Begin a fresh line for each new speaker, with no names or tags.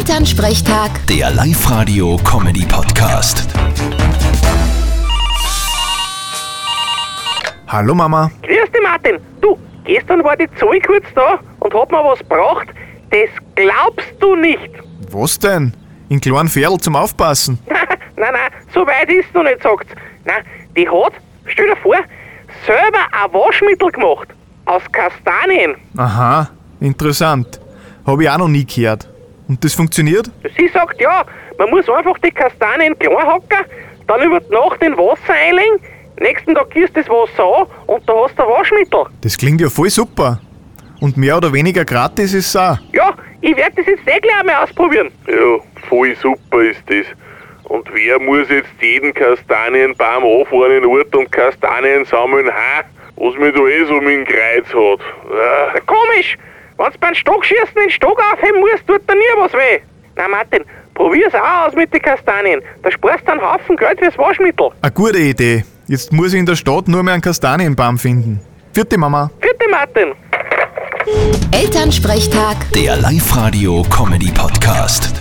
Elternsprechtag,
Der Live-Radio-Comedy-Podcast.
Hallo Mama.
Grüß dich, Martin. Du, gestern war die Zoe kurz da und hat mir was gebracht. Das glaubst du nicht.
Was denn? In kleinen Pferdl zum Aufpassen.
nein, nein, so weit ist noch nicht, sagt Nein, die hat, stell dir vor, selber ein Waschmittel gemacht. Aus Kastanien.
Aha, interessant. Habe ich auch noch nie gehört. Und das funktioniert?
Sie sagt, ja, man muss einfach die Kastanien klein hacken, dann über die Nacht in Wasser einlegen, nächsten Tag gießt das Wasser an und da hast du ein Waschmittel.
Das klingt ja voll super. Und mehr oder weniger gratis ist es auch.
Ja, ich werde das jetzt eh gleich einmal ausprobieren.
Ja, voll super ist das. Und wer muss jetzt jeden Kastanienbaum anfahren in Ort und Kastanien sammeln? Ha? Was mir da eh so mit dem Kreuz hat. Ah.
Komisch! Wenn du beim Stockschießen den Stock aufheben musst, tut dir nie was weh. Na Martin, probier's auch aus mit den Kastanien. Da sparst du einen Haufen Geld fürs Waschmittel.
Eine gute Idee. Jetzt muss ich in der Stadt nur mehr einen Kastanienbaum finden. Vierte Mama.
Vierte Martin!
Elternsprechtag.
Der Live-Radio-Comedy-Podcast.